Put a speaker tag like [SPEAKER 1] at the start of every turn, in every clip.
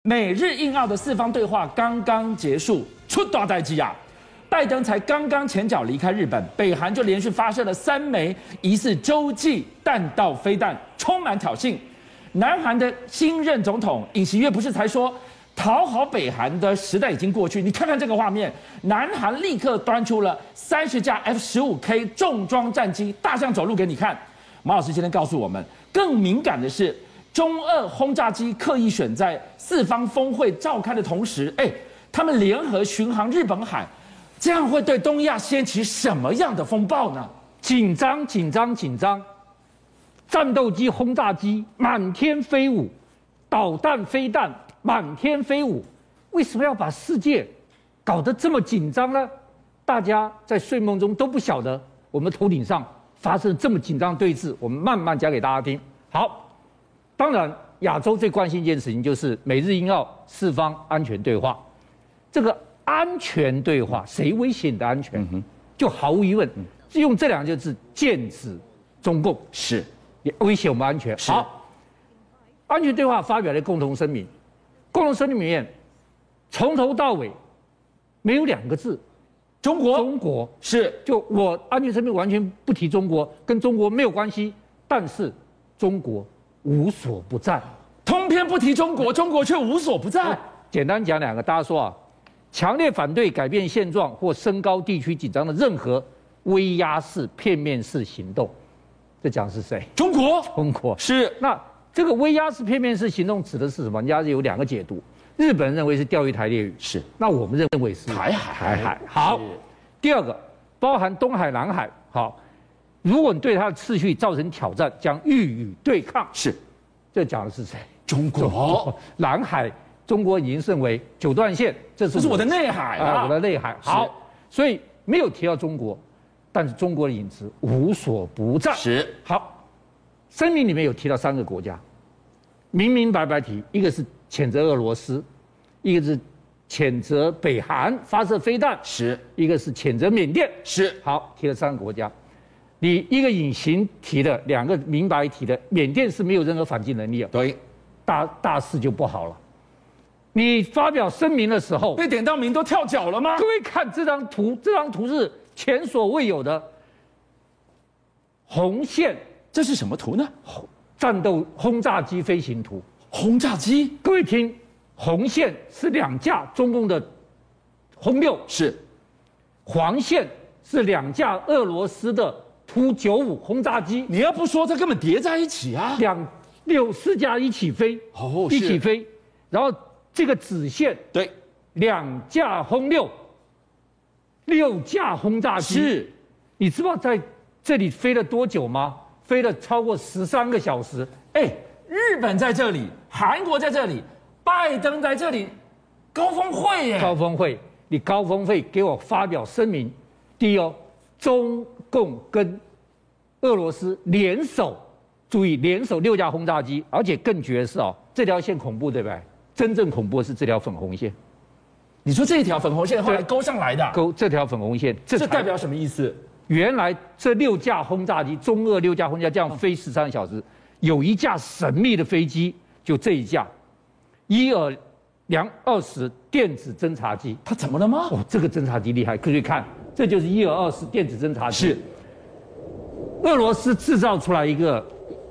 [SPEAKER 1] 美日印澳的四方对话刚刚结束，出大代机啊！拜登才刚刚前脚离开日本，北韩就连续发射了三枚疑似洲际弹道飞弹，充满挑衅。南韩的新任总统尹锡悦不是才说，讨好北韩的时代已经过去？你看看这个画面，南韩立刻端出了三十架 F 十五 K 重装战机，大象走路给你看。马老师今天告诉我们，更敏感的是。中俄轰炸机刻意选在四方峰会召开的同时，哎，他们联合巡航日本海，这样会对东亚掀起什么样的风暴呢？
[SPEAKER 2] 紧张，紧张，紧张！战斗机、轰炸机满天飞舞，导弹、飞弹满天飞舞，为什么要把世界搞得这么紧张呢？大家在睡梦中都不晓得，我们头顶上发生这么紧张对峙，我们慢慢讲给大家听。好。当然，亚洲最关心一件事情就是美日英澳四方安全对话。这个安全对话，谁威胁你的安全？就毫无疑问，用这两个字剑指中共
[SPEAKER 1] 是
[SPEAKER 2] 也威胁我们安全。好，安全对话发表了共同声明，共同声明里面从头到尾没有两个字，
[SPEAKER 1] 中国
[SPEAKER 2] 中国
[SPEAKER 1] 是
[SPEAKER 2] 就我安全声明完全不提中国，跟中国没有关系，但是中国。无所不在，
[SPEAKER 1] 通篇不提中国，中国却无所不在。
[SPEAKER 2] 简单讲两个，大家说啊，强烈反对改变现状或升高地区紧张的任何威压式、片面式行动。这讲是谁？
[SPEAKER 1] 中国。
[SPEAKER 2] 中国
[SPEAKER 1] 是。
[SPEAKER 2] 那这个威压式、片面式行动指的是什么？人家有两个解读，日本人认为是钓鱼台列屿，
[SPEAKER 1] 是。
[SPEAKER 2] 那我们认为是
[SPEAKER 1] 台哎海。
[SPEAKER 2] 台海。好。第二个，包含东海、南海。好。如果你对它的次序造成挑战，将予以对抗。
[SPEAKER 1] 是，
[SPEAKER 2] 这讲的是谁？
[SPEAKER 1] 中国。
[SPEAKER 2] 南海，中国已经认为九段线，这是
[SPEAKER 1] 这是我的内海啊，
[SPEAKER 2] 我的内海。好，所以没有提到中国，但是中国的影子无所不在。
[SPEAKER 1] 是，
[SPEAKER 2] 好，声明里面有提到三个国家，明明白白提，一个是谴责俄罗斯，一个是谴责北韩发射飞弹，
[SPEAKER 1] 是，
[SPEAKER 2] 一个是谴责缅甸，
[SPEAKER 1] 是。
[SPEAKER 2] 好，提了三个国家。你一个隐形提的，两个明白提的，缅甸是没有任何反击能力的，啊
[SPEAKER 1] 对，
[SPEAKER 2] 大大事就不好了。你发表声明的时候，
[SPEAKER 1] 被点到名都跳脚了吗？
[SPEAKER 2] 各位看这张图，这张图是前所未有的红线，
[SPEAKER 1] 这是什么图呢？
[SPEAKER 2] 战斗轰炸机飞行图。
[SPEAKER 1] 轰炸机，
[SPEAKER 2] 各位听，红线是两架中共的轰六，
[SPEAKER 1] 是，
[SPEAKER 2] 黄线是两架俄罗斯的。图九五轰炸机，
[SPEAKER 1] 你要不说，这根本叠在一起啊！
[SPEAKER 2] 两六四架一起飞，
[SPEAKER 1] 哦，
[SPEAKER 2] 一起飞，然后这个子线
[SPEAKER 1] 对，
[SPEAKER 2] 两架轰六，六架轰炸机，
[SPEAKER 1] 是，
[SPEAKER 2] 你知道在这里飞了多久吗？飞了超过十三个 小时。
[SPEAKER 1] 哎，日本在这里，韩国在这里，拜登在这里，高峰会耶，
[SPEAKER 2] 高峰会，你高峰会给我发表声明，第一哦，中共跟俄罗斯联手，注意联手六架轰炸机，而且更绝是哦，这条线恐怖对不对？真正恐怖的是这条粉红线，
[SPEAKER 1] 你说这一条粉红线后来勾上来的，
[SPEAKER 2] 勾这条粉红线，这
[SPEAKER 1] 这
[SPEAKER 2] 才
[SPEAKER 1] 代表什么意思？
[SPEAKER 2] 原来这六架轰炸机，中俄六架轰炸机这样飞十三小时，有一架神秘的飞机，就这一架，伊尔两二十电子侦察机。
[SPEAKER 1] 他怎么了吗？
[SPEAKER 2] 哦，这个侦察机厉害，各位看，这就是伊尔二十电子侦察机。
[SPEAKER 1] 是，
[SPEAKER 2] 俄罗斯制造出来一个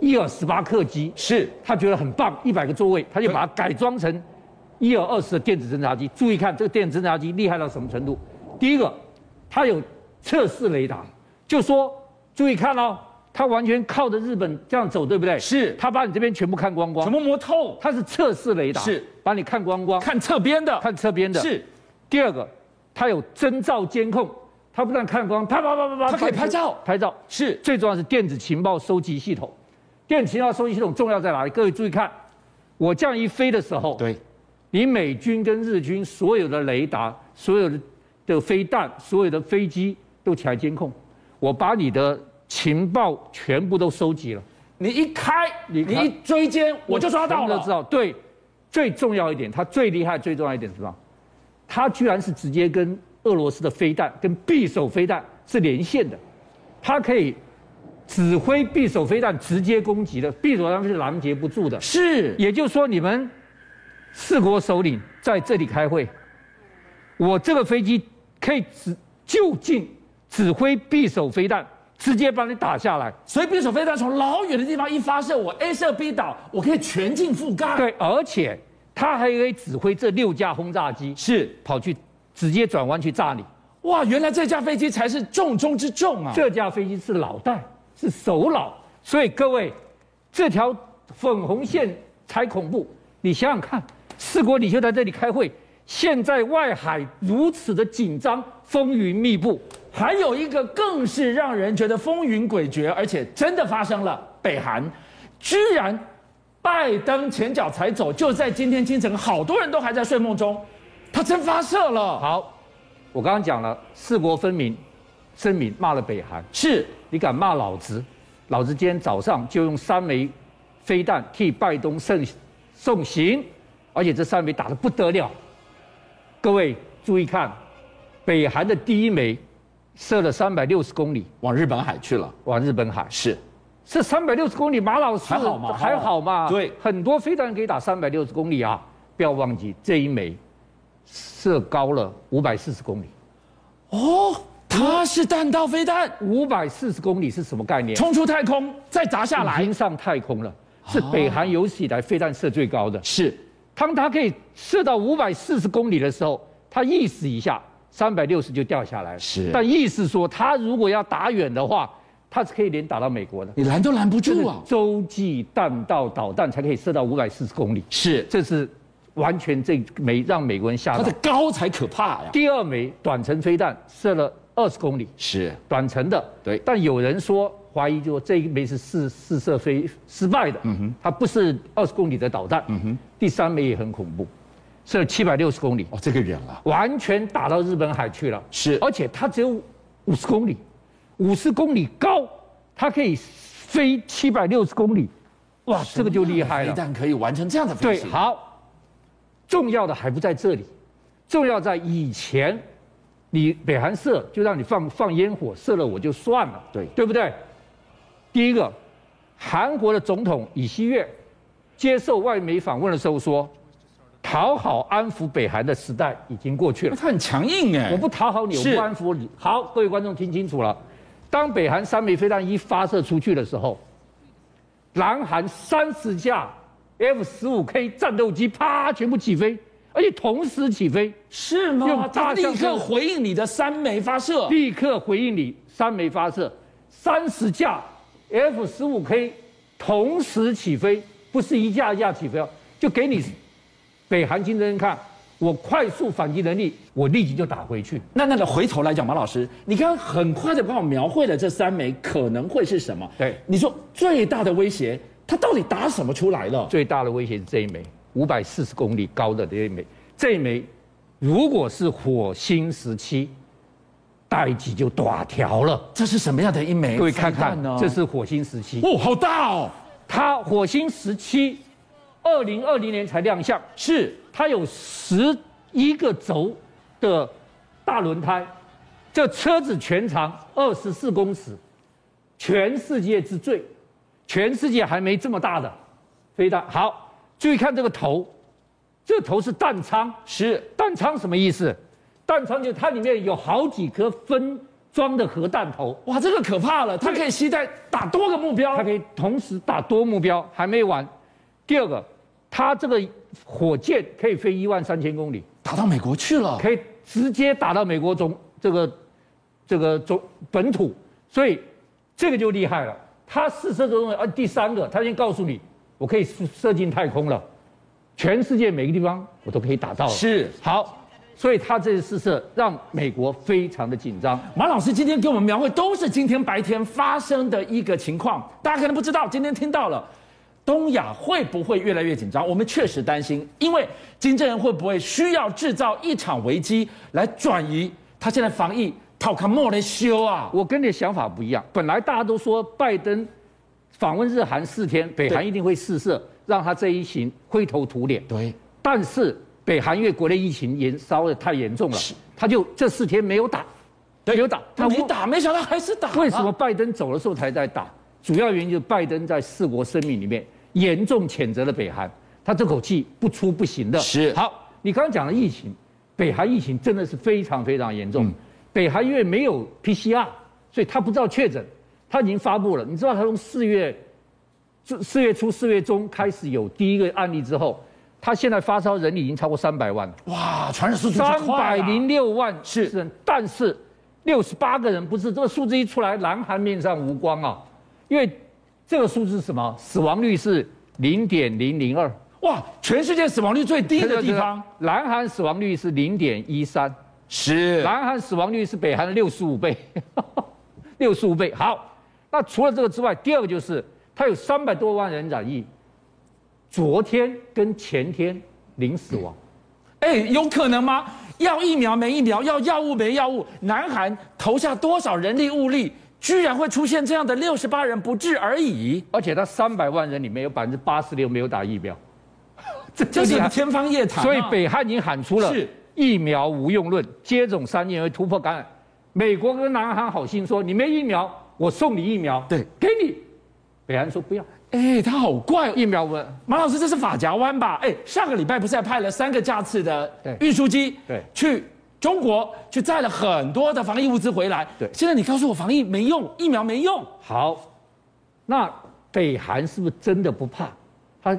[SPEAKER 2] 伊尔十八客机，
[SPEAKER 1] 是
[SPEAKER 2] 他觉得很棒，一百个座位，他就把它改装成伊尔二十的电子侦察机。注意看，这个电子侦察机厉害到什么程度？第一个，它有测试雷达，就说注意看哦，它完全靠着日本这样走，对不对？
[SPEAKER 1] 是
[SPEAKER 2] 它把你这边全部看光
[SPEAKER 1] 什
[SPEAKER 2] 光，
[SPEAKER 1] 么摸透？
[SPEAKER 2] 它是测试雷达，
[SPEAKER 1] 是
[SPEAKER 2] 把你看光光，
[SPEAKER 1] 看侧边的，
[SPEAKER 2] 看侧边的。
[SPEAKER 1] 是，
[SPEAKER 2] 第二个，它有征兆监控，它不但看光，啪啪啪啪啪，
[SPEAKER 1] 它可以拍照
[SPEAKER 2] 拍照。
[SPEAKER 1] 是
[SPEAKER 2] 最重要是电子情报收集系统。电子情报收集系统重要在哪里？各位注意看，我这样一飞的时候，
[SPEAKER 1] 对，
[SPEAKER 2] 你美军跟日军所有的雷达、所有的的飞弹、所有的飞机都起来监控，我把你的情报全部都收集了，
[SPEAKER 1] 你一开，你
[SPEAKER 2] 你看
[SPEAKER 1] 一追尖，我就抓到
[SPEAKER 2] 全部都知
[SPEAKER 1] 了。
[SPEAKER 2] 道，对，最重要一点，它最厉害、最重要一点是什么？它居然是直接跟俄罗斯的飞弹、跟匕首飞弹是连线的，它可以指挥匕首飞弹直接攻击的，匕首飞弹是拦截不住的。
[SPEAKER 1] 是，
[SPEAKER 2] 也就是说，你们四国首领在这里开会，我这个飞机可以指就近指挥匕首飞弹，直接把你打下来。
[SPEAKER 1] 所以匕首飞弹从老远的地方一发射，我 A 射 B 倒，我可以全境覆盖。，
[SPEAKER 2] 对，而且他还可以指挥这六架轰炸机
[SPEAKER 1] 是
[SPEAKER 2] 跑去直接转弯去炸你。
[SPEAKER 1] 哇，原来这架飞机才是重中之重啊！
[SPEAKER 2] 这架飞机是老大，是首脑，所以各位，这条粉红线才恐怖。你想想看，四国领袖在这里开会，现在外海如此的紧张，风云密布，
[SPEAKER 1] 还有一个更是让人觉得风云诡谲，而且真的发生了，北韩居然拜登前脚才走，就在今天清晨，好多人都还在睡梦中，他真发射了。
[SPEAKER 2] 好，我刚刚讲了，四国分明，声明骂了北韩，
[SPEAKER 1] 是
[SPEAKER 2] 你敢骂老子？老子今天早上就用三枚飞弹替拜登送送行，而且这三枚打得不得了。各位注意看，北韩的第一枚射了三百六十公里
[SPEAKER 1] 往日本海去了，
[SPEAKER 2] 往日本海，
[SPEAKER 1] 是
[SPEAKER 2] 这三百六十公里，马老师
[SPEAKER 1] 还好嘛
[SPEAKER 2] 还好嘛？
[SPEAKER 1] 对
[SPEAKER 2] 很多飞弹可以打三百六十公里啊！不要忘记这一枚射高了五百四十公里，
[SPEAKER 1] 哦，它是弹道飞弹，
[SPEAKER 2] 五百四十公里是什么概念？
[SPEAKER 1] 冲出太空再砸下
[SPEAKER 2] 已
[SPEAKER 1] 来哦
[SPEAKER 2] 经，上太空了，是北韩有史以来飞弹射最高的。
[SPEAKER 1] 是
[SPEAKER 2] 当它可以射到五百四十公里的时候，它意识一下，三百六十就掉下来了。
[SPEAKER 1] 是
[SPEAKER 2] 但意思说，它如果要打远的话，它是可以连打到美国的。
[SPEAKER 1] 你拦都拦不
[SPEAKER 2] 这
[SPEAKER 1] 住
[SPEAKER 2] 个
[SPEAKER 1] 啊！
[SPEAKER 2] 洲际弹道导弹才可以射到五百四十公里，
[SPEAKER 1] 是
[SPEAKER 2] 这是完全这枚让美国人吓
[SPEAKER 1] 它
[SPEAKER 2] 到
[SPEAKER 1] 的。高才可怕呀！
[SPEAKER 2] 第二枚短程飞弹射了二十公里，
[SPEAKER 1] 是
[SPEAKER 2] 短程的，
[SPEAKER 1] 对
[SPEAKER 2] 但有人说怀疑，就说这一枚是试试射飞失败
[SPEAKER 1] 嗯
[SPEAKER 2] 的，它不是二十公里的导弹，第三枚也很恐怖，射七百六十公里，
[SPEAKER 1] 哦，这个远了，
[SPEAKER 2] 完全打到日本海去了，
[SPEAKER 1] 是
[SPEAKER 2] 而且它只有五十公里，五十公里高，它可以飞七百六十公里，哇，这个就厉害
[SPEAKER 1] 飞
[SPEAKER 2] 了，
[SPEAKER 1] 弹可以完成这样的飞
[SPEAKER 2] 对，
[SPEAKER 1] 行，
[SPEAKER 2] 好，重要的还不在这里，重要在以前，你北韩射就让你放放烟火，射了我就算了，
[SPEAKER 1] 对
[SPEAKER 2] 对不对？第一个，韩国的总统尹锡悦接受外媒访问的时候说，讨好安抚北韩的时代已经过去了。
[SPEAKER 1] 它很强硬哎！
[SPEAKER 2] 我不讨好你，我
[SPEAKER 1] 是
[SPEAKER 2] 不安抚你。好，各位观众听清楚了，当北韩三枚飞弹一发射出去的时候，南韩三十架 F 十五 K 战斗机啪全部起飞，而且同时起飞，
[SPEAKER 1] 是
[SPEAKER 2] 用
[SPEAKER 1] 吗？他
[SPEAKER 2] 大
[SPEAKER 1] 立
[SPEAKER 2] 象
[SPEAKER 1] 刻
[SPEAKER 2] 车
[SPEAKER 1] 回应你的三枚发射，
[SPEAKER 2] 立刻回应你三枚发射，三十架 F 十五 K 同时起飞，不是一架一架起飞哦，就给你北韩金正恩看，我快速反击能力，我立即就打回去。
[SPEAKER 1] 那那个回头来讲，马老师，你刚刚很快的帮我描绘了这三枚可能会是什么？
[SPEAKER 2] 对
[SPEAKER 1] 你说最大的威胁，它到底打什么出来了？
[SPEAKER 2] 最大的威胁是这一枚五百四十公里高的这一枚，这一枚如果是火星时期，代际就短条了。
[SPEAKER 1] 这是什么样的一枚哦
[SPEAKER 2] 各位
[SPEAKER 1] 飞
[SPEAKER 2] 看看
[SPEAKER 1] 弹呢？，
[SPEAKER 2] 这是火星时期，
[SPEAKER 1] 哦，好大哦，
[SPEAKER 2] 它火星时期，二零二零年才亮相，
[SPEAKER 1] 是
[SPEAKER 2] 它有十一个轴的大轮胎，这车子全长二十四公尺，全世界之最，全世界还没这么大的飞弹。好，注意看这个头，这头是弹仓，
[SPEAKER 1] 是
[SPEAKER 2] 弹仓什么意思？弹仓就它里面有好几颗分装的核弹头，
[SPEAKER 1] 哇，这个可怕了，它可以携带打多个目标
[SPEAKER 2] 它，可以同时打多目标，还没完。第二个，它这个火箭可以飞一万三千公里。
[SPEAKER 1] 打到美国去了。
[SPEAKER 2] 可以直接打到美国总这个这个总本土，所以这个就厉害了。它试射这种东西，而第三个，它先告诉你，我可以射射进太空了，全世界每个地方我都可以打到了。
[SPEAKER 1] 是
[SPEAKER 2] 好，所以它这次试射让美国非常的紧张。
[SPEAKER 1] 马老师今天给我们描绘都是今天白天发生的一个情况，大家可能不知道，今天听到了。东亚会不会越来越紧张？我们确实担心，因为金正恩会不会需要制造一场危机来转移他现在防疫套卡莫的修啊？
[SPEAKER 2] 我跟你的想法不一样，本来大家都说拜登访问日韩四天，北韩
[SPEAKER 1] 对
[SPEAKER 2] 一定会试射，让他这一行灰头土脸。
[SPEAKER 1] 对，
[SPEAKER 2] 但是北韩因为国内疫情延烧的太严重了
[SPEAKER 1] 是，
[SPEAKER 2] 他就这四天没有打，没有打。
[SPEAKER 1] 他没
[SPEAKER 2] 问
[SPEAKER 1] 打，没想到还是打了。
[SPEAKER 2] 为什么拜登走的时候才在打？主要原因就是拜登在四国声明里面严重谴责了北韩，他这口气不出不行的。
[SPEAKER 1] 是
[SPEAKER 2] 好，你刚刚讲的疫情，北韩疫情真的是非常非常严重。
[SPEAKER 1] 嗯
[SPEAKER 2] 北韩因为没有 PCR，所以他不知道确诊，他已经发布了。你知道他从四月就四月初、四月中开始有第一个案例之后，他现在发烧人力已经超过三百万了。
[SPEAKER 1] 哇，传染速度太
[SPEAKER 2] 三
[SPEAKER 1] 快
[SPEAKER 2] 百
[SPEAKER 1] 了
[SPEAKER 2] 零六万
[SPEAKER 1] 是
[SPEAKER 2] 人，但是六十八个人不是这个数字一出来，南韩面上无光啊，因为这个数字是什么？死亡率是零点零零二，
[SPEAKER 1] 哇，全世界死亡率最低的地方
[SPEAKER 2] 南韩死亡率是零点一三，
[SPEAKER 1] 是
[SPEAKER 2] 南韩死亡率是北韩的六十五倍， 六十五倍。好，那除了这个之外，第二个就是它有三百多万人染疫，昨天跟前天零死亡。
[SPEAKER 1] 哎，有可能吗？要疫苗没疫苗，要药物没药物，南韩投下多少人力物力，居然会出现这样的六十八人不治而已，
[SPEAKER 2] 而且他三百万人里面有百分之八十六没有打疫苗，这
[SPEAKER 1] 这是
[SPEAKER 2] 厉害
[SPEAKER 1] 天方夜谭啊、
[SPEAKER 2] 所以北汉已经喊出了
[SPEAKER 1] 是
[SPEAKER 2] 疫苗无用论，接种三年会突破感染。美国跟南韩好心说你没疫苗，我送你疫苗，
[SPEAKER 1] 对，
[SPEAKER 2] 给你。北韩说不要
[SPEAKER 1] 哎，他好怪。
[SPEAKER 2] 疫苗我
[SPEAKER 1] 马老师，这是法夹湾吧？哎，上个礼拜不是还派了三个架次的
[SPEAKER 2] 对
[SPEAKER 1] 运输机
[SPEAKER 2] 对
[SPEAKER 1] 去中国去载了很多的防疫物资回来？
[SPEAKER 2] 对
[SPEAKER 1] 现在你告诉我防疫没用，疫苗没用，
[SPEAKER 2] 好。那北韩是不是真的不怕？他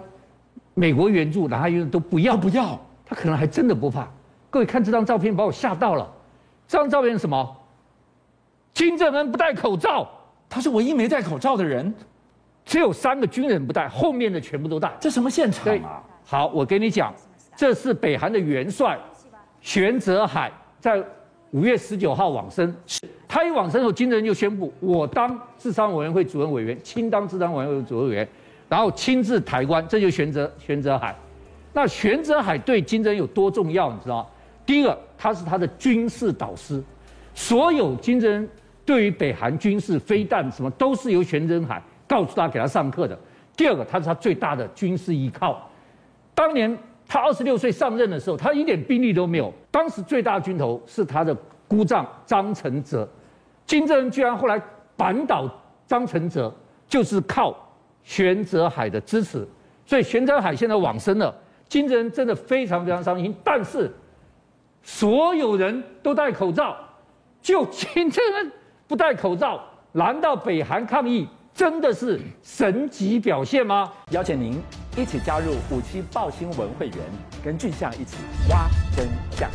[SPEAKER 2] 美国援助、南韩援助都不要
[SPEAKER 1] 要不要？
[SPEAKER 2] 他可能还真的不怕。各位看这张照片，把我吓到了。这张照片是什么？金正恩不戴口罩，
[SPEAKER 1] 他是唯一没戴口罩的人，
[SPEAKER 2] 只有三个军人不戴，后面的全部都戴。
[SPEAKER 1] 这什么现场
[SPEAKER 2] 对
[SPEAKER 1] 啊？，
[SPEAKER 2] 好，我跟你讲，这是北韩的元帅玄泽海在五月十九号往生。他一往生后，金正恩就宣布，我当治商委员会主任委员，亲当治商委员会主任委员，然后亲自抬棺，这就是玄泽玄泽海。那玄泽海对金正恩有多重要，你知道吗？第一个，他是他的军事导师，所有金正恩对于北韩军事飞弹什么都是由玄泽海告诉他给他上课的。第二个，他是他最大的军事依靠。当年他二十六岁上任的时候，他一点兵力都没有。当时最大的军头是他的姑丈张承泽，金正恩居然后来扳倒张承泽，就是靠玄泽海的支持。所以玄泽海现在往生了，金正恩真的非常非常伤心。但是所有人都戴口罩，就金正恩不戴口罩，难道北韩抗议真的是神级表现吗？
[SPEAKER 3] 邀请您一起加入五七报新闻会员，跟俊相一起挖真相。